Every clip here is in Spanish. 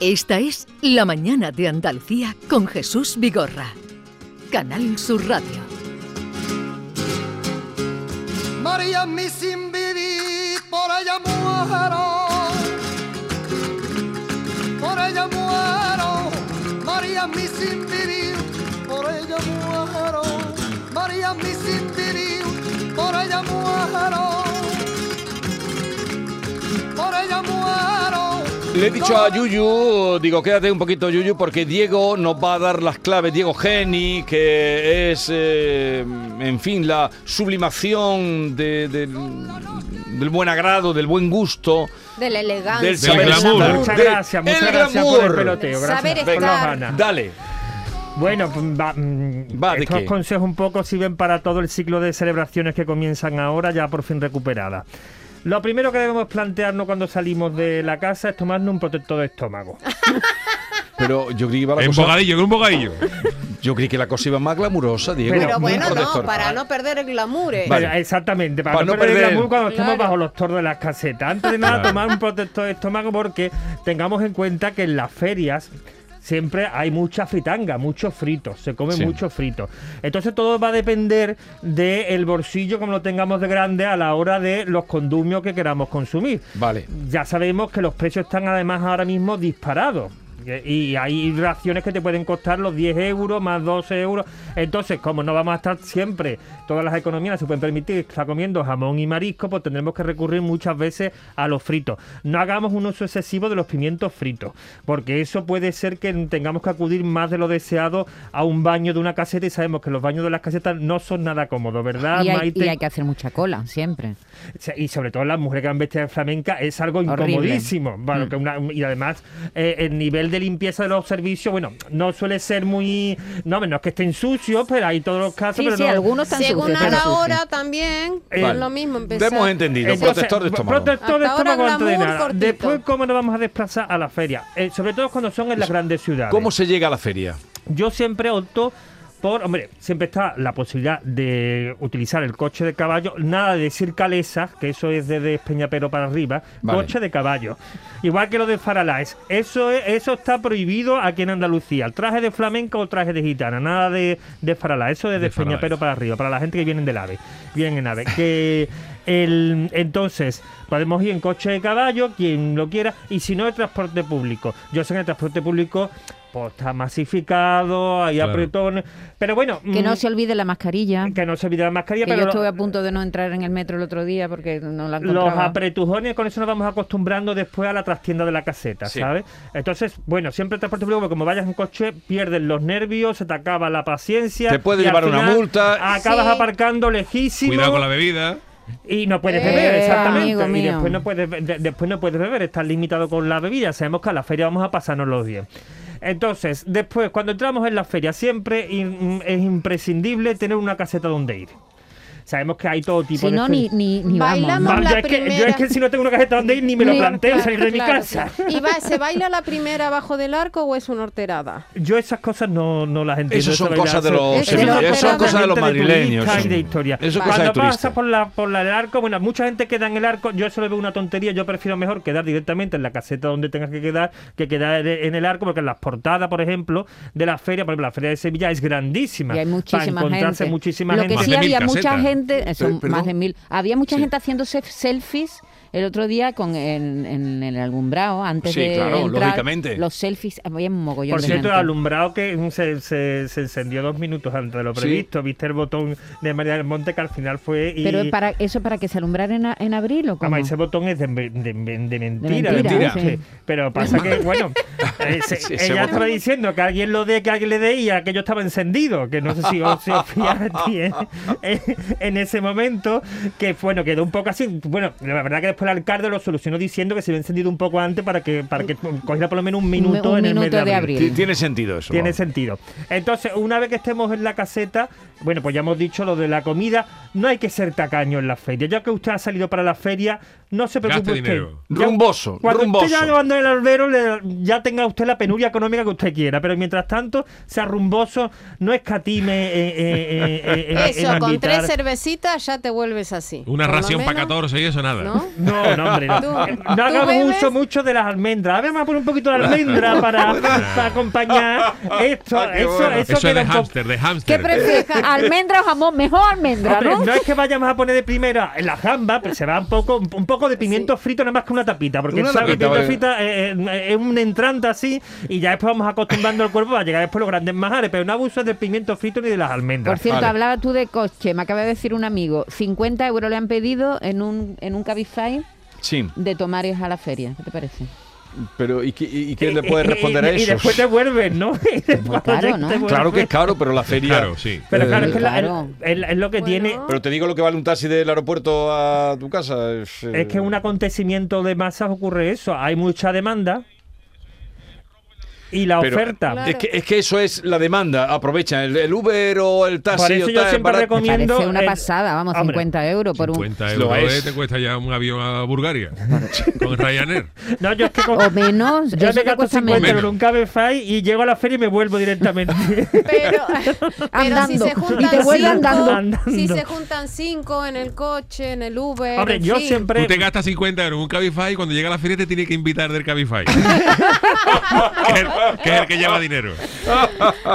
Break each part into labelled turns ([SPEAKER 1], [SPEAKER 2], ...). [SPEAKER 1] Esta es La Mañana de Andalucía con Jesús Vigorra. Canal Sur Radio.
[SPEAKER 2] María mi sin vivir, por ella muero. Por ella muero. María mi sin vivir, por ella muero. María mi sin vivir, por ella muero. Por ella muero.
[SPEAKER 3] Le he dicho a Yuyu, digo, quédate un poquito Yuyu, porque Diego nos va a dar las claves. Diego Geni, que es, eh, en fin, la sublimación de- del- del buen agrado, del buen gusto.
[SPEAKER 4] De la elegancia.
[SPEAKER 3] Del
[SPEAKER 5] saber glamour.
[SPEAKER 3] estar.
[SPEAKER 5] Muchas
[SPEAKER 3] de-
[SPEAKER 5] gracias, muchas
[SPEAKER 3] el
[SPEAKER 5] gracias por
[SPEAKER 3] glamour.
[SPEAKER 5] el peloteo.
[SPEAKER 4] Del
[SPEAKER 5] Gracias
[SPEAKER 4] saber
[SPEAKER 5] por
[SPEAKER 4] estar.
[SPEAKER 5] las ganas.
[SPEAKER 3] Dale.
[SPEAKER 5] Bueno, pues, va, mm,
[SPEAKER 3] Va, ¿de
[SPEAKER 5] estos
[SPEAKER 3] qué?
[SPEAKER 5] consejos un poco sirven para todo el ciclo de celebraciones que comienzan ahora, ya por fin recuperadas. Lo primero que debemos plantearnos cuando salimos de la casa es tomarnos un protector de estómago.
[SPEAKER 3] Pero pues yo creí que iba la
[SPEAKER 5] En
[SPEAKER 3] cosa-
[SPEAKER 5] bocadillo,
[SPEAKER 6] con un bocadillo.
[SPEAKER 3] Yo creí que la cosa iba más glamurosa, Diego.
[SPEAKER 5] Pero
[SPEAKER 4] Pero bueno,
[SPEAKER 3] Muy
[SPEAKER 4] no,
[SPEAKER 3] protectora.
[SPEAKER 4] para no perder el glamour. eh.
[SPEAKER 3] Vale.
[SPEAKER 5] Pero Exactamente, para,
[SPEAKER 3] Para
[SPEAKER 5] no
[SPEAKER 3] no
[SPEAKER 5] perder el
[SPEAKER 3] perder.
[SPEAKER 5] glamour cuando estamos
[SPEAKER 4] Claro.
[SPEAKER 5] bajo los toros de las casetas. Antes de nada,
[SPEAKER 6] Claro.
[SPEAKER 5] tomar un protector de estómago porque tengamos en cuenta que en las ferias siempre hay mucha fritanga, muchos fritos, se come
[SPEAKER 3] Sí.
[SPEAKER 5] mucho frito. Entonces todo va a depender del bolsillo como lo tengamos de grande a la hora de los condumios que queramos consumir.
[SPEAKER 3] Vale.
[SPEAKER 5] Ya sabemos que los precios están además ahora mismo disparados. Y y hay raciones que te pueden costar los 10 euros más 12 euros. Entonces, como no vamos a estar siempre, todas las economías se pueden permitir estar comiendo jamón y marisco, pues tendremos que recurrir muchas veces a los fritos. No hagamos un uso excesivo de los pimientos fritos, porque eso puede ser que tengamos que acudir más de lo deseado a un baño de una caseta y sabemos que los baños de las casetas no son nada cómodos, ¿verdad,
[SPEAKER 7] Y hay,
[SPEAKER 5] Ah, Maite?
[SPEAKER 7] y hay que hacer mucha cola, siempre.
[SPEAKER 5] Se- y sobre todo las mujeres que van vestidas de flamenca es algo
[SPEAKER 7] Horrible. Mm.
[SPEAKER 5] incomodísimo bueno, que una- y además eh, el nivel de limpieza de los servicios bueno no suele ser muy no menos que estén sucios pero hay todos los casos
[SPEAKER 7] Sí,
[SPEAKER 5] Ah, pero
[SPEAKER 7] sí,
[SPEAKER 5] no-
[SPEAKER 7] algunos están
[SPEAKER 4] Según
[SPEAKER 7] sucios,
[SPEAKER 4] a
[SPEAKER 7] pero
[SPEAKER 4] la
[SPEAKER 7] sucios.
[SPEAKER 4] hora también,
[SPEAKER 5] Eh,
[SPEAKER 4] no es
[SPEAKER 3] Vale.
[SPEAKER 4] lo mismo empezar.
[SPEAKER 3] Hemos entendido.
[SPEAKER 5] Entonces,
[SPEAKER 3] protector de estómago.
[SPEAKER 5] protector de
[SPEAKER 4] Hasta ahora
[SPEAKER 5] estómago antes de
[SPEAKER 4] glamour
[SPEAKER 5] nada.
[SPEAKER 4] cortito.
[SPEAKER 5] Después, ¿cómo nos vamos a desplazar a la feria? Eh, sobre todo cuando son en las grandes ciudades.
[SPEAKER 3] ¿Cómo se llega a la feria?
[SPEAKER 5] Yo siempre opto por, hombre, siempre está la posibilidad de utilizar el coche de caballo, nada de decir calesas, que eso es desde Peñapero para arriba,
[SPEAKER 3] Vale.
[SPEAKER 5] coche de caballo. Igual que lo de Faralaes, eso es- eso está prohibido aquí en Andalucía, el traje de flamenco o traje de gitana, nada de, de Faralaes, eso es desde
[SPEAKER 6] De Faralaes.
[SPEAKER 5] Peñapero para arriba, para la gente que viene del AVE, vienen en AVE, que el, entonces podemos ir en coche de caballo, quien lo quiera, y si no, el transporte público. Yo sé que el transporte público pues, está masificado, hay
[SPEAKER 6] Claro.
[SPEAKER 5] apretones, pero bueno...
[SPEAKER 7] Que
[SPEAKER 5] mm,
[SPEAKER 7] no se olvide la mascarilla. Que,
[SPEAKER 5] que no se olvide la mascarilla,
[SPEAKER 7] yo
[SPEAKER 5] pero... lo-
[SPEAKER 7] estuve a punto de no entrar en el metro el otro día porque no la
[SPEAKER 5] los
[SPEAKER 7] encontraba.
[SPEAKER 5] apretujones, con eso nos vamos acostumbrando después a la trastienda de la caseta,
[SPEAKER 3] Sí.
[SPEAKER 5] ¿sabes? Entonces, bueno, siempre el transporte público, como vayas en coche, pierdes los nervios, se te acaba la paciencia.
[SPEAKER 3] Te puede
[SPEAKER 5] y al
[SPEAKER 3] llevar una
[SPEAKER 5] final
[SPEAKER 3] multa.
[SPEAKER 5] Acabas
[SPEAKER 4] Sí.
[SPEAKER 5] aparcando lejísimo.
[SPEAKER 6] Cuidado con la bebida.
[SPEAKER 5] Y no puedes
[SPEAKER 4] Eh,
[SPEAKER 5] beber, exactamente.
[SPEAKER 7] amigo
[SPEAKER 5] y
[SPEAKER 7] mío.
[SPEAKER 5] después no puedes be- de- después no puedes beber, estás limitado con la bebida. Sabemos que a la feria vamos a pasarnos los bien. Entonces, después, cuando entramos en la feria, siempre in- mm, es imprescindible tener una caseta donde ir. Sabemos que hay todo tipo
[SPEAKER 7] Si
[SPEAKER 5] de.
[SPEAKER 7] no,
[SPEAKER 5] feria.
[SPEAKER 7] ni, ni, ni
[SPEAKER 4] Bailamos.
[SPEAKER 7] vamos.
[SPEAKER 5] Va,
[SPEAKER 4] la
[SPEAKER 5] yo, es que, yo es que
[SPEAKER 4] primera.
[SPEAKER 5] si no tengo una caseta donde ir, ni me lo
[SPEAKER 7] Ni-
[SPEAKER 5] planteo
[SPEAKER 4] Claro,
[SPEAKER 5] salir de mi
[SPEAKER 4] claro,
[SPEAKER 5] casa.
[SPEAKER 4] claro. ¿Y va, se baila la primera bajo del arco o es una horterada?
[SPEAKER 5] Yo esas cosas no, no las entiendo.
[SPEAKER 3] Eso son
[SPEAKER 5] esa
[SPEAKER 3] cosas de
[SPEAKER 5] bailar-
[SPEAKER 3] los
[SPEAKER 4] Eso es
[SPEAKER 3] sevillanos,
[SPEAKER 4] lo
[SPEAKER 3] eso son
[SPEAKER 4] que
[SPEAKER 3] cosas de los
[SPEAKER 5] gente
[SPEAKER 3] madrileños.
[SPEAKER 5] turista y
[SPEAKER 3] sí.
[SPEAKER 5] de historia.
[SPEAKER 3] Eso es cosa de
[SPEAKER 5] Cuando
[SPEAKER 3] turistas.
[SPEAKER 5] pasas por la, por la del arco, bueno, mucha gente queda en el arco. Yo eso lo veo una tontería. Yo prefiero mejor quedar directamente en la caseta donde tengas que quedar que quedar en el arco, porque en las portadas, por ejemplo, de la feria, por ejemplo, la feria de Sevilla es grandísima.
[SPEAKER 7] Y hay muchísima
[SPEAKER 5] Para encontrarse
[SPEAKER 7] gente.
[SPEAKER 5] muchísima
[SPEAKER 7] Lo
[SPEAKER 5] gente.
[SPEAKER 7] que
[SPEAKER 6] Más
[SPEAKER 7] sí
[SPEAKER 6] de mil
[SPEAKER 7] había mucha
[SPEAKER 6] casetas.
[SPEAKER 7] gente, eh, son
[SPEAKER 6] Pe-
[SPEAKER 7] más
[SPEAKER 6] perdón.
[SPEAKER 7] de mil, había mucha gente haciéndose selfies el otro día con en, en el alumbrado antes
[SPEAKER 3] Sí,
[SPEAKER 7] de
[SPEAKER 3] claro,
[SPEAKER 7] entrar,
[SPEAKER 3] lógicamente.
[SPEAKER 7] los selfies había un mogollón
[SPEAKER 5] Por
[SPEAKER 7] de
[SPEAKER 5] cierto, el
[SPEAKER 7] gente.
[SPEAKER 5] alumbrado que mm, se, se- se encendió dos minutos antes de lo
[SPEAKER 3] Sí.
[SPEAKER 5] previsto. Viste el botón de María del Monte que al final fue. Y... Ah,
[SPEAKER 7] Pero para eso para que se alumbrara en, a- en abril o cómo?
[SPEAKER 5] Ama, ese botón es de, de- de- de mentira, de
[SPEAKER 7] mentira,
[SPEAKER 5] embuste.
[SPEAKER 7] sí.
[SPEAKER 5] Pero pasa que, bueno, eh, se-
[SPEAKER 3] Sí, ese
[SPEAKER 5] ella
[SPEAKER 3] botón.
[SPEAKER 5] estaba diciendo que alguien lo dé, que alguien le dé y aquello estaba encendido, que no sé si os os fijasteis en, ¿eh? en ese momento, que bueno, quedó un poco así. Bueno, la verdad que después el alcalde lo solucionó diciendo que se había encendido un poco antes para que, para que cogiera por lo menos un minuto
[SPEAKER 7] un
[SPEAKER 5] en el mes
[SPEAKER 7] minuto de abril.
[SPEAKER 3] Ti- Tiene sentido eso.
[SPEAKER 5] Tiene
[SPEAKER 3] vamos.
[SPEAKER 5] sentido. Entonces, una vez que estemos en la caseta, bueno, pues ya hemos dicho lo de la comida, no hay que ser tacaño en la feria. Ya que usted ha salido para la feria, no se preocupe
[SPEAKER 6] Gaste
[SPEAKER 5] usted.
[SPEAKER 6] dinero.
[SPEAKER 5] Ya-
[SPEAKER 3] Rumboso,
[SPEAKER 5] Cuando
[SPEAKER 3] rumboso.
[SPEAKER 5] usted ya abandone el albero, le- ya tenga usted la penuria económica que usted quiera, pero mientras tanto, sea rumboso, no escatime eh, eh, eh, eh, eh, en
[SPEAKER 4] Eso, con
[SPEAKER 5] invitar-
[SPEAKER 4] tres cervecita ya te vuelves así.
[SPEAKER 6] Una
[SPEAKER 4] Por lo
[SPEAKER 6] ración para
[SPEAKER 4] menos,
[SPEAKER 6] 14 y eso nada.
[SPEAKER 4] ¿No?
[SPEAKER 5] No, no, hombre, no.
[SPEAKER 4] Tú-
[SPEAKER 5] No
[SPEAKER 4] tú
[SPEAKER 5] hagamos
[SPEAKER 4] bebes-
[SPEAKER 5] uso mucho de las almendras. A ver, vamos a poner un poquito de almendra para, para acompañar esto.
[SPEAKER 3] Ah, qué
[SPEAKER 5] eso,
[SPEAKER 3] bueno.
[SPEAKER 5] eso,
[SPEAKER 6] Eso, es
[SPEAKER 5] queda
[SPEAKER 6] de
[SPEAKER 5] un poco-
[SPEAKER 6] hámster, de
[SPEAKER 7] ¿Qué
[SPEAKER 6] hámster.
[SPEAKER 7] prefieres? ¿Almendra o jamón? Mejor almendra,
[SPEAKER 5] Hombre,
[SPEAKER 7] ¿no?
[SPEAKER 5] no es que vayamos a poner de primera en la jamba, pero se va un poco, un poco de pimiento frito nada más que una tapita, porque
[SPEAKER 3] Una
[SPEAKER 5] ¿sabes?
[SPEAKER 3] tapita,
[SPEAKER 5] el pimiento
[SPEAKER 3] vale.
[SPEAKER 5] frito eh, eh, es un entrante así y ya después vamos acostumbrando al cuerpo a llegar después a los grandes majares, pero no abuses del pimiento frito ni de las
[SPEAKER 7] Por
[SPEAKER 5] almendras.
[SPEAKER 7] cierto,
[SPEAKER 3] Vale.
[SPEAKER 7] hablaba tú de coche. Me acaba de decir un amigo, 50 euros le han pedido en un, en un Cabify
[SPEAKER 3] Sí,
[SPEAKER 7] de tomares a la feria. ¿Qué te parece?
[SPEAKER 3] pero ¿y qué, y qué le puedes responder a
[SPEAKER 5] Eh, Y- y- Y
[SPEAKER 3] eso? Pues
[SPEAKER 5] después te vuelven, ¿no? Y después
[SPEAKER 7] caro,
[SPEAKER 5] te
[SPEAKER 7] ¿no?
[SPEAKER 5] vuelven.
[SPEAKER 3] Claro que es caro, pero la feria...
[SPEAKER 6] Claro, sí.
[SPEAKER 5] Pero claro,
[SPEAKER 3] Eh,
[SPEAKER 5] es que la-
[SPEAKER 7] Claro.
[SPEAKER 5] es- es lo que
[SPEAKER 4] Bueno.
[SPEAKER 5] tiene...
[SPEAKER 3] Pero te digo lo que vale un taxi del aeropuerto a tu casa. Es, eh,
[SPEAKER 5] Es que en un acontecimiento de masas ocurre eso. Hay mucha demanda y la
[SPEAKER 3] Pero- eh,
[SPEAKER 5] oferta.
[SPEAKER 4] Claro.
[SPEAKER 3] Es que, es que eso es la demanda. Aprovechan el, el Uber o el taxi.
[SPEAKER 5] Por eso
[SPEAKER 3] o
[SPEAKER 5] yo
[SPEAKER 3] tal,
[SPEAKER 5] siempre
[SPEAKER 3] barato.
[SPEAKER 5] recomiendo-
[SPEAKER 7] Me
[SPEAKER 5] Comiendo
[SPEAKER 7] parece una
[SPEAKER 5] el-
[SPEAKER 7] pasada, vamos,
[SPEAKER 5] Hombre,
[SPEAKER 7] 50 euros por un...
[SPEAKER 6] 50
[SPEAKER 3] Lo
[SPEAKER 6] euros
[SPEAKER 3] es.
[SPEAKER 6] eh, te cuesta ya un avión a Bulgaria con Ryanair.
[SPEAKER 5] No, yo es que con-
[SPEAKER 7] O menos,
[SPEAKER 5] yo
[SPEAKER 7] eso
[SPEAKER 5] me
[SPEAKER 7] te
[SPEAKER 5] gasto
[SPEAKER 7] cuesta
[SPEAKER 5] 50
[SPEAKER 7] menos.
[SPEAKER 5] euros en un Cabify y llego a la feria y me vuelvo directamente.
[SPEAKER 4] Pero, pero si
[SPEAKER 7] Andando.
[SPEAKER 4] se juntan
[SPEAKER 7] Y te vuelve
[SPEAKER 4] cinco,
[SPEAKER 7] andando.
[SPEAKER 4] si
[SPEAKER 5] Andando.
[SPEAKER 4] se juntan cinco en el coche, en el Uber,
[SPEAKER 5] Hombre,
[SPEAKER 4] en
[SPEAKER 5] yo
[SPEAKER 4] fin.
[SPEAKER 5] siempre...
[SPEAKER 6] Tú te gastas 50 euros en un Cabify y cuando llega a la feria te tiene que invitar del Cabify. que, es el, que es el que lleva dinero.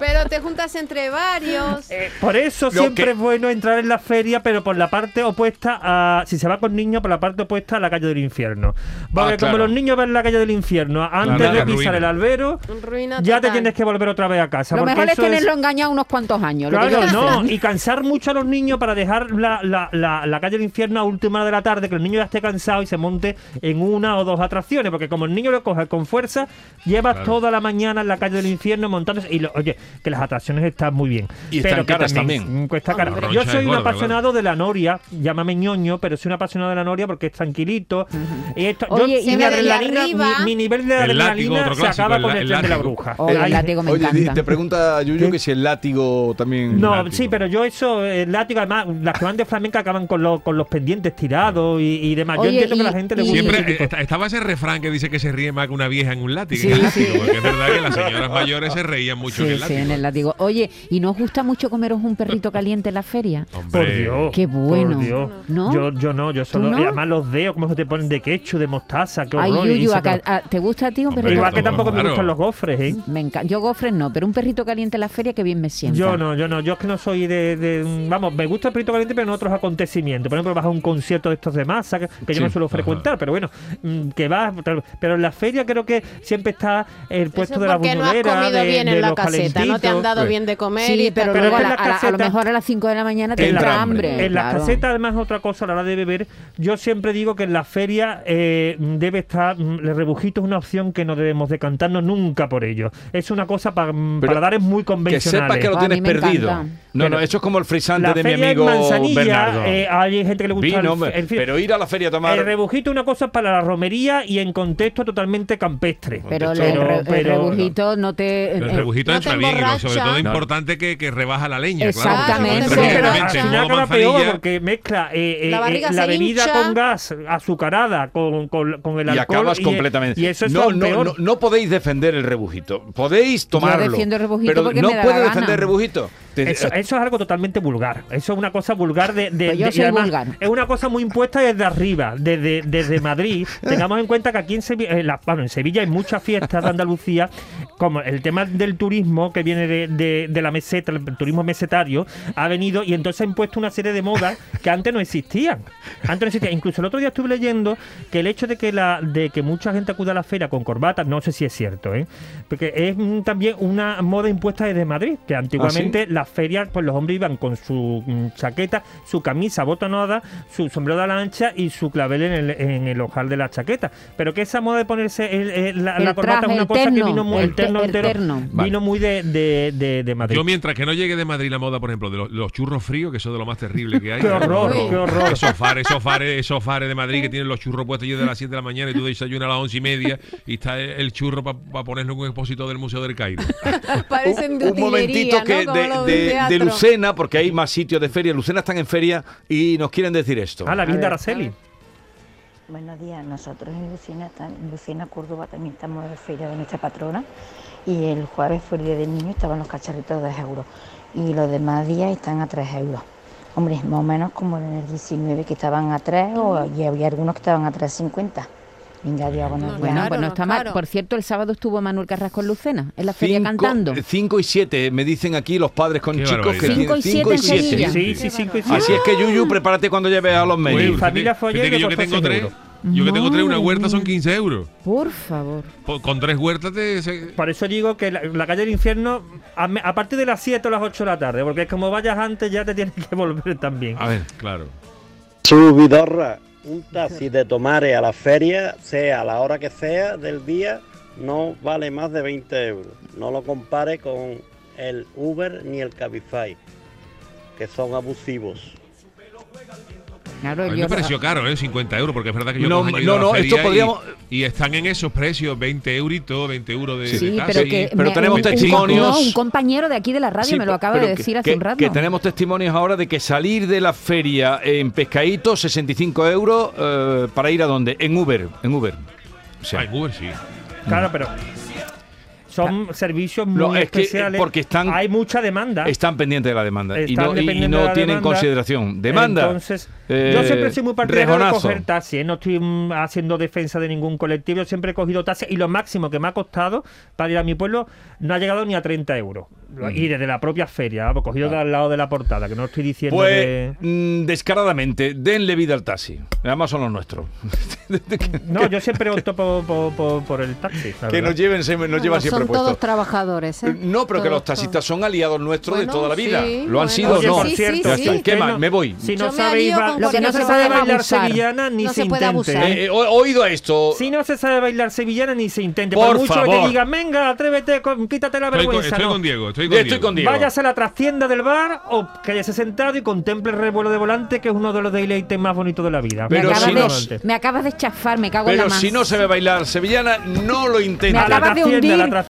[SPEAKER 4] Pero te juntas entre varios.
[SPEAKER 5] Eh, por eso
[SPEAKER 3] Lo
[SPEAKER 5] siempre
[SPEAKER 3] que-
[SPEAKER 5] es bueno entrar en la feria, pero por la parte opuesta a. Si se va con niños, por la parte opuesta a la calle del infierno. Porque
[SPEAKER 3] Ah, claro.
[SPEAKER 5] como los niños van la calle del infierno antes
[SPEAKER 6] Claro,
[SPEAKER 5] de
[SPEAKER 6] la
[SPEAKER 5] pisar
[SPEAKER 6] ruina.
[SPEAKER 5] el albero,
[SPEAKER 4] Ruina
[SPEAKER 5] ya te
[SPEAKER 4] total.
[SPEAKER 5] tienes que volver otra vez a casa.
[SPEAKER 7] Lo
[SPEAKER 5] porque
[SPEAKER 7] mejor es
[SPEAKER 5] eso
[SPEAKER 7] tenerlo engañado unos cuantos años. lo que
[SPEAKER 5] Claro,
[SPEAKER 7] yo
[SPEAKER 5] no,
[SPEAKER 7] decía.
[SPEAKER 5] y cansar mucho a los niños para dejar la, la- la- la calle del infierno a última hora de la tarde, que el niño ya esté cansado y se monte en una o dos atracciones, porque como el niño lo coge con fuerza, llevas
[SPEAKER 6] Claro.
[SPEAKER 5] toda la mañana en la calle del infierno montándose. Y lo- oye, que las atracciones están muy bien.
[SPEAKER 3] Y están
[SPEAKER 5] que
[SPEAKER 3] caras también.
[SPEAKER 5] mm,
[SPEAKER 7] Ah,
[SPEAKER 5] Cuesta cara.
[SPEAKER 6] Hombre.
[SPEAKER 5] Yo
[SPEAKER 6] Roncha
[SPEAKER 5] soy
[SPEAKER 6] es
[SPEAKER 5] un
[SPEAKER 6] gorda, claro.
[SPEAKER 5] apasionado de la noria, llámame ñoño, pero soy un apasionado de la noria porque es tranquilito. y esto, yo-
[SPEAKER 7] Oye, y
[SPEAKER 5] mi,
[SPEAKER 7] la
[SPEAKER 4] de allá
[SPEAKER 5] adrenalina-
[SPEAKER 4] arriba.
[SPEAKER 5] mi- mi nivel de
[SPEAKER 6] El látigo,
[SPEAKER 5] adrenalina
[SPEAKER 6] otro
[SPEAKER 5] se
[SPEAKER 6] clásico,
[SPEAKER 5] acaba
[SPEAKER 6] el
[SPEAKER 5] con
[SPEAKER 6] la-
[SPEAKER 5] el
[SPEAKER 6] el
[SPEAKER 5] tren de la
[SPEAKER 6] látigo.
[SPEAKER 5] bruja.
[SPEAKER 7] Oh, el
[SPEAKER 5] Ahí-
[SPEAKER 7] látigo me
[SPEAKER 3] Oye, di-
[SPEAKER 7] encanta.
[SPEAKER 3] te pregunta Yuyu
[SPEAKER 5] ¿Qué?
[SPEAKER 3] que si el látigo también.
[SPEAKER 5] No,
[SPEAKER 6] Mm. látigo.
[SPEAKER 5] sí, pero yo eso, el látigo, además, las que van de flamenca acaban con, los con los pendientes tirados y, y demás.
[SPEAKER 7] Oye,
[SPEAKER 5] yo entiendo
[SPEAKER 7] y-
[SPEAKER 5] que la gente le
[SPEAKER 7] y-
[SPEAKER 5] gusta.
[SPEAKER 6] Siempre
[SPEAKER 5] ese
[SPEAKER 6] eh,
[SPEAKER 5] tipo.
[SPEAKER 6] esta- estaba ese refrán que dice que se ríe más que una vieja en un látigo.
[SPEAKER 7] Sí,
[SPEAKER 6] en el
[SPEAKER 7] sí.
[SPEAKER 6] látigo, Porque es verdad que las señoras mayores se reían mucho en el
[SPEAKER 7] Sí, sí,
[SPEAKER 6] látigo.
[SPEAKER 7] en el látigo. Oye, ¿y no os gusta mucho comeros un perrito caliente en la feria?
[SPEAKER 6] Hombre,
[SPEAKER 5] Por Dios.
[SPEAKER 7] Qué bueno.
[SPEAKER 5] Por Dios.
[SPEAKER 7] ¿No?
[SPEAKER 5] Yo, yo no, yo solo.
[SPEAKER 7] no?
[SPEAKER 5] Y además los dedos, como te ponen de quechu, de mostaza, qué
[SPEAKER 7] Ay,
[SPEAKER 5] horror. y
[SPEAKER 7] Yuyu,
[SPEAKER 5] se
[SPEAKER 7] a ca-
[SPEAKER 5] acaba-
[SPEAKER 7] a- ¿te gusta a ti un
[SPEAKER 6] Hombre,
[SPEAKER 7] perrito
[SPEAKER 5] Igual que
[SPEAKER 6] Claro.
[SPEAKER 5] tampoco me gustan los gofres, ¿eh?
[SPEAKER 7] Me encanta. Yo gofres no, pero un perrito caliente en la feria que bien me sienta.
[SPEAKER 5] Yo no, yo no, yo es que no soy de, de- Vamos, me gusta el perrito caliente, pero en otros acontecimientos. Por ejemplo, vas a un concierto de estos de masa, que, que
[SPEAKER 3] Sí,
[SPEAKER 5] yo no suelo
[SPEAKER 6] ajá.
[SPEAKER 5] frecuentar, pero bueno, mm, que vas. tal- Pero en la feria creo que siempre está el puesto de la
[SPEAKER 4] porque no has
[SPEAKER 5] buñuelera,
[SPEAKER 4] comido
[SPEAKER 5] de,
[SPEAKER 4] bien
[SPEAKER 5] de
[SPEAKER 4] en la
[SPEAKER 5] los
[SPEAKER 4] caseta, no te han
[SPEAKER 5] calentitos.
[SPEAKER 4] dado
[SPEAKER 3] Sí.
[SPEAKER 4] bien de comer
[SPEAKER 7] Sí,
[SPEAKER 4] y
[SPEAKER 7] pero,
[SPEAKER 5] Pero
[SPEAKER 7] luego
[SPEAKER 5] es
[SPEAKER 7] a,
[SPEAKER 5] que
[SPEAKER 7] la-
[SPEAKER 5] en
[SPEAKER 7] a la-
[SPEAKER 5] las
[SPEAKER 7] a lo
[SPEAKER 5] casetas-
[SPEAKER 7] mejor a las 5 de la mañana te
[SPEAKER 5] En
[SPEAKER 7] entra
[SPEAKER 5] la-
[SPEAKER 7] hambre.
[SPEAKER 5] En las
[SPEAKER 7] claro.
[SPEAKER 5] casetas, además, otra cosa a la hora de beber. Yo siempre digo que en la feria eh, debe estar. mm, El rebujito es una opción que no debemos decantarnos nunca por ello. Es una cosa pa- mm,
[SPEAKER 3] Pero
[SPEAKER 5] para dar es muy
[SPEAKER 3] Que
[SPEAKER 5] convencional.
[SPEAKER 3] sepas que lo
[SPEAKER 7] Ah, a mí
[SPEAKER 3] tienes
[SPEAKER 7] me
[SPEAKER 3] perdido.
[SPEAKER 7] encanta.
[SPEAKER 3] No, no,
[SPEAKER 5] Pero-
[SPEAKER 3] eso es como el frisante
[SPEAKER 5] la
[SPEAKER 3] de mi
[SPEAKER 5] feria en
[SPEAKER 3] amigo
[SPEAKER 5] manzanilla,
[SPEAKER 3] Bernardo.
[SPEAKER 5] eh, hay gente que le gusta
[SPEAKER 3] Vino,
[SPEAKER 5] el-
[SPEAKER 3] hombre,
[SPEAKER 5] el-
[SPEAKER 3] pero ir a la feria a tomar.
[SPEAKER 5] El eh, rebujito es una cosa para la romería y en contexto totalmente campestre.
[SPEAKER 7] Pero, el-
[SPEAKER 3] Pero-
[SPEAKER 7] el, re- el
[SPEAKER 5] pero-
[SPEAKER 7] rebujito no te. eh,
[SPEAKER 5] eh,
[SPEAKER 6] El rebujito
[SPEAKER 4] No te
[SPEAKER 6] entra bien, lo- sobre
[SPEAKER 4] emborracha.
[SPEAKER 6] todo
[SPEAKER 4] No.
[SPEAKER 6] importante que, que rebaja la leña.
[SPEAKER 7] Exactamente.
[SPEAKER 6] Claro,
[SPEAKER 5] Sí,
[SPEAKER 6] porque
[SPEAKER 5] pero
[SPEAKER 6] entra
[SPEAKER 5] al
[SPEAKER 6] directamente en
[SPEAKER 5] final
[SPEAKER 6] modo
[SPEAKER 5] acaba peor
[SPEAKER 6] manzanilla.
[SPEAKER 5] porque mezcla eh, eh, eh,
[SPEAKER 4] La
[SPEAKER 5] la,
[SPEAKER 4] barriga se
[SPEAKER 5] bebida
[SPEAKER 4] hincha.
[SPEAKER 5] con gas azucarada con, con- con el
[SPEAKER 3] Y
[SPEAKER 5] alcohol
[SPEAKER 3] acabas
[SPEAKER 5] y- e-, eh,
[SPEAKER 3] completamente.
[SPEAKER 5] y eso es
[SPEAKER 3] no,
[SPEAKER 5] lo
[SPEAKER 3] no,
[SPEAKER 5] peor.
[SPEAKER 3] no, no podéis defender el rebujito. Podéis tomarlo.
[SPEAKER 7] defiendo el rebujito
[SPEAKER 3] pero
[SPEAKER 7] porque
[SPEAKER 3] no
[SPEAKER 7] me da la
[SPEAKER 3] puedes
[SPEAKER 7] gana.
[SPEAKER 3] defender el rebujito. Te- eh,
[SPEAKER 5] Eso, eso es algo totalmente vulgar. Eso es una cosa vulgar de. de-
[SPEAKER 7] Pues yo
[SPEAKER 5] de- y
[SPEAKER 7] soy
[SPEAKER 5] además,
[SPEAKER 7] vulgar.
[SPEAKER 5] Es una cosa muy impuesta desde arriba, desde, desde Madrid. Tengamos en cuenta que aquí en Sevilla, bueno, en Sevilla hay muchas fiestas de Andalucía, como el tema del turismo que viene de, de- de la meseta, el turismo mesetario, ha venido y entonces ha impuesto una serie de modas que antes no existían. Antes no existían. Incluso el otro día estuve leyendo que el hecho de que la de que mucha gente acuda a la feria con corbatas, no sé si es cierto, ¿eh? porque es mm, también una moda impuesta desde Madrid, que antiguamente las ferias, pues los hombres iban con su mm, chaqueta, su camisa botonada, su sombrero de la ancha y su clavel en el, en el ojal de la chaqueta. Pero que esa moda de ponerse el- el- la,
[SPEAKER 7] El
[SPEAKER 5] la corbata es
[SPEAKER 7] traje,
[SPEAKER 5] una
[SPEAKER 7] el
[SPEAKER 5] cosa que
[SPEAKER 7] terno,
[SPEAKER 5] vino muy,
[SPEAKER 7] el te- el
[SPEAKER 5] entero,
[SPEAKER 7] terno.
[SPEAKER 3] Vale.
[SPEAKER 5] vino muy de, de, de- de Madrid.
[SPEAKER 6] Yo mientras que no llegue de Madrid la moda, por ejemplo, de los, los churros fríos, que son de lo más terrible que hay.
[SPEAKER 5] Qué horror,
[SPEAKER 6] Los-
[SPEAKER 5] qué horror.
[SPEAKER 6] Esos fares, esos fares, esos fares de Madrid que tienen los churros puestos yo de las 7 de la mañana y tú desayunas a las 11 y media y está el, el churro para ponerlo en un expositor del Museo del Cairo.
[SPEAKER 4] Parecen
[SPEAKER 3] un,
[SPEAKER 4] de
[SPEAKER 3] un momentito
[SPEAKER 4] utilería,
[SPEAKER 3] que
[SPEAKER 4] ¿no? Como
[SPEAKER 3] de,
[SPEAKER 4] lo de
[SPEAKER 3] de-
[SPEAKER 4] un
[SPEAKER 3] de
[SPEAKER 4] teatro.
[SPEAKER 3] Lucena, porque hay más sitios de feria. Lucena están en feria y nos quieren decir esto.
[SPEAKER 5] Ah, la
[SPEAKER 7] ver,
[SPEAKER 5] Vinda Araceli.
[SPEAKER 8] Buenos días, nosotros en Lucena, tam- en Lucena, Córdoba, también estamos en la feria de nuestra patrona y el jueves fue el día del niño, estaban los cacharritos a 2 euros y los demás días están a 3 euros. Hombre, más o menos como en el 19 que estaban a 3 o, y había algunos que estaban a 3.50. Venga, diágono ya.
[SPEAKER 7] Bueno,
[SPEAKER 4] Claro,
[SPEAKER 7] pues no
[SPEAKER 4] no,
[SPEAKER 7] está mal.
[SPEAKER 4] claro.
[SPEAKER 7] Por cierto, el sábado estuvo Manuel Carrasco en Lucena, en la feria
[SPEAKER 3] Cinco- eh,
[SPEAKER 7] cantando.
[SPEAKER 3] Cinco y siete, me dicen aquí los padres con
[SPEAKER 6] Qué
[SPEAKER 3] chicos que
[SPEAKER 6] barbaridad.
[SPEAKER 3] tienen
[SPEAKER 7] Cinco y
[SPEAKER 3] cinco
[SPEAKER 7] siete
[SPEAKER 3] y
[SPEAKER 7] en
[SPEAKER 3] siete.
[SPEAKER 7] Sevilla.
[SPEAKER 5] Sí, sí, cinco y siete.
[SPEAKER 3] Así es que Yuyu, prepárate cuando lleves a los
[SPEAKER 5] Oye,
[SPEAKER 3] medios.
[SPEAKER 5] fa- familia
[SPEAKER 6] fíjate-
[SPEAKER 5] follando,
[SPEAKER 6] fíjate que yo que
[SPEAKER 5] pues,
[SPEAKER 6] tengo tres,
[SPEAKER 5] seguro.
[SPEAKER 6] yo que tengo tres, una
[SPEAKER 7] Madre
[SPEAKER 6] huerta son
[SPEAKER 7] mía.
[SPEAKER 6] 15 euros.
[SPEAKER 7] Por favor.
[SPEAKER 6] Po- Con tres huertas te... se-
[SPEAKER 5] Por eso digo que la, la calle del infierno, a, me- a partir de las 7 o las 8 de la tarde, porque es como vayas antes ya te tienes que volver
[SPEAKER 3] Ah.
[SPEAKER 5] también.
[SPEAKER 6] A ver, claro.
[SPEAKER 9] Subidorra, un taxi de Tomare a la feria, sea a la hora que sea del día, no vale más de 20 euros. No lo compare con el Uber ni el Cabify, que son abusivos.
[SPEAKER 7] Claro,
[SPEAKER 6] A mí
[SPEAKER 7] yo-
[SPEAKER 6] me pareció caro, ¿eh? 50 euros, porque es verdad que yo
[SPEAKER 3] No,
[SPEAKER 6] cuando he
[SPEAKER 3] no,
[SPEAKER 6] ido a la
[SPEAKER 3] no,
[SPEAKER 6] feria
[SPEAKER 3] esto podríamos-
[SPEAKER 6] Y, y están en esos precios, 20 euritos, 20 euros de,
[SPEAKER 7] Sí,
[SPEAKER 6] de taxi.
[SPEAKER 7] pero que
[SPEAKER 3] pero tenemos
[SPEAKER 7] un- un-
[SPEAKER 3] testimonios.
[SPEAKER 7] no, Un, compañero de aquí de la radio
[SPEAKER 3] Sí,
[SPEAKER 7] me lo
[SPEAKER 3] pe-
[SPEAKER 7] acaba de
[SPEAKER 3] pero que-
[SPEAKER 7] decir hace
[SPEAKER 3] que-
[SPEAKER 7] un rato.
[SPEAKER 3] Que tenemos testimonios ahora de que salir de la feria en pescadito, 65 euros, eh, para ir a dónde? En Uber, en Uber. O sea,
[SPEAKER 6] Ay, Uber sí.
[SPEAKER 5] Claro, pero son servicios muy
[SPEAKER 3] No, es que, eh,
[SPEAKER 5] especiales.
[SPEAKER 3] porque están-
[SPEAKER 5] Hay mucha demanda.
[SPEAKER 3] están pendientes de la demanda y
[SPEAKER 5] Están
[SPEAKER 3] no, y- y
[SPEAKER 5] dependiendo
[SPEAKER 3] no
[SPEAKER 5] de la
[SPEAKER 3] tienen
[SPEAKER 5] demanda.
[SPEAKER 3] consideración. Demanda.
[SPEAKER 5] Entonces, yo
[SPEAKER 3] eh,
[SPEAKER 5] siempre soy muy partidario
[SPEAKER 3] rejonazo.
[SPEAKER 5] de coger taxi. ¿eh? No estoy mm, haciendo defensa de ningún colectivo. Siempre he cogido taxi y lo máximo que me ha costado para ir a mi pueblo no ha llegado ni a 30 euros. Lo- Y desde la propia feria, vamos, cogido de al lado de la portada, que no estoy diciendo
[SPEAKER 3] Pues
[SPEAKER 5] que...
[SPEAKER 3] mm, descaradamente, denle vida al taxi. Además son los nuestros.
[SPEAKER 5] No, yo siempre opto por, por- por- por el taxi. la
[SPEAKER 3] que
[SPEAKER 5] verdad.
[SPEAKER 3] nos lleven, se- nos llevan
[SPEAKER 4] Bueno,
[SPEAKER 3] siempre
[SPEAKER 4] son todos
[SPEAKER 3] puestos.
[SPEAKER 4] trabajadores, ¿eh?
[SPEAKER 3] No, pero que
[SPEAKER 4] Todos,
[SPEAKER 3] los taxistas son aliados nuestros
[SPEAKER 4] Bueno,
[SPEAKER 3] de toda la vida.
[SPEAKER 4] sí,
[SPEAKER 3] Lo han
[SPEAKER 4] bueno.
[SPEAKER 3] sido,
[SPEAKER 4] Oye,
[SPEAKER 3] no.
[SPEAKER 4] por Sí, sí,
[SPEAKER 3] Ya está.
[SPEAKER 4] sí.
[SPEAKER 3] ¿Qué más? Me voy.
[SPEAKER 5] Si
[SPEAKER 4] Yo
[SPEAKER 5] no
[SPEAKER 4] me
[SPEAKER 5] sabéis
[SPEAKER 4] alío
[SPEAKER 5] ba-
[SPEAKER 4] con
[SPEAKER 5] lo que no
[SPEAKER 4] cualquier
[SPEAKER 5] se
[SPEAKER 4] cosa.
[SPEAKER 5] sabe
[SPEAKER 4] No se
[SPEAKER 5] bailar
[SPEAKER 7] puede
[SPEAKER 5] sevillana ni
[SPEAKER 4] abusar.
[SPEAKER 5] se
[SPEAKER 4] No se puede
[SPEAKER 5] intente.
[SPEAKER 4] abusar.
[SPEAKER 5] ¿eh?
[SPEAKER 3] Eh, eh, o- oído a esto.
[SPEAKER 5] Si no se sabe bailar sevillana ni se intente. Por,
[SPEAKER 3] Por
[SPEAKER 5] mucho
[SPEAKER 3] favor.
[SPEAKER 5] que digan, venga, atrévete, con- quítate la
[SPEAKER 6] Estoy con,
[SPEAKER 5] vergüenza.
[SPEAKER 6] estoy
[SPEAKER 5] no.
[SPEAKER 6] con Diego, estoy con
[SPEAKER 3] Estoy
[SPEAKER 6] Diego.
[SPEAKER 3] con Diego.
[SPEAKER 5] Váyase a la trastienda del bar o quédese sentado y contemple el revuelo de volante, que es uno de los deleites más bonitos de la vida.
[SPEAKER 3] Pero
[SPEAKER 7] me, acabas
[SPEAKER 3] si
[SPEAKER 7] de,
[SPEAKER 3] no-
[SPEAKER 7] me acabas de chafar, me cago en
[SPEAKER 3] Pero
[SPEAKER 7] la más.
[SPEAKER 3] si no se ve bailar sevillana, no lo
[SPEAKER 7] me
[SPEAKER 5] a la
[SPEAKER 3] intenta.
[SPEAKER 7] acabas de
[SPEAKER 5] trastienda, a la
[SPEAKER 7] hundir,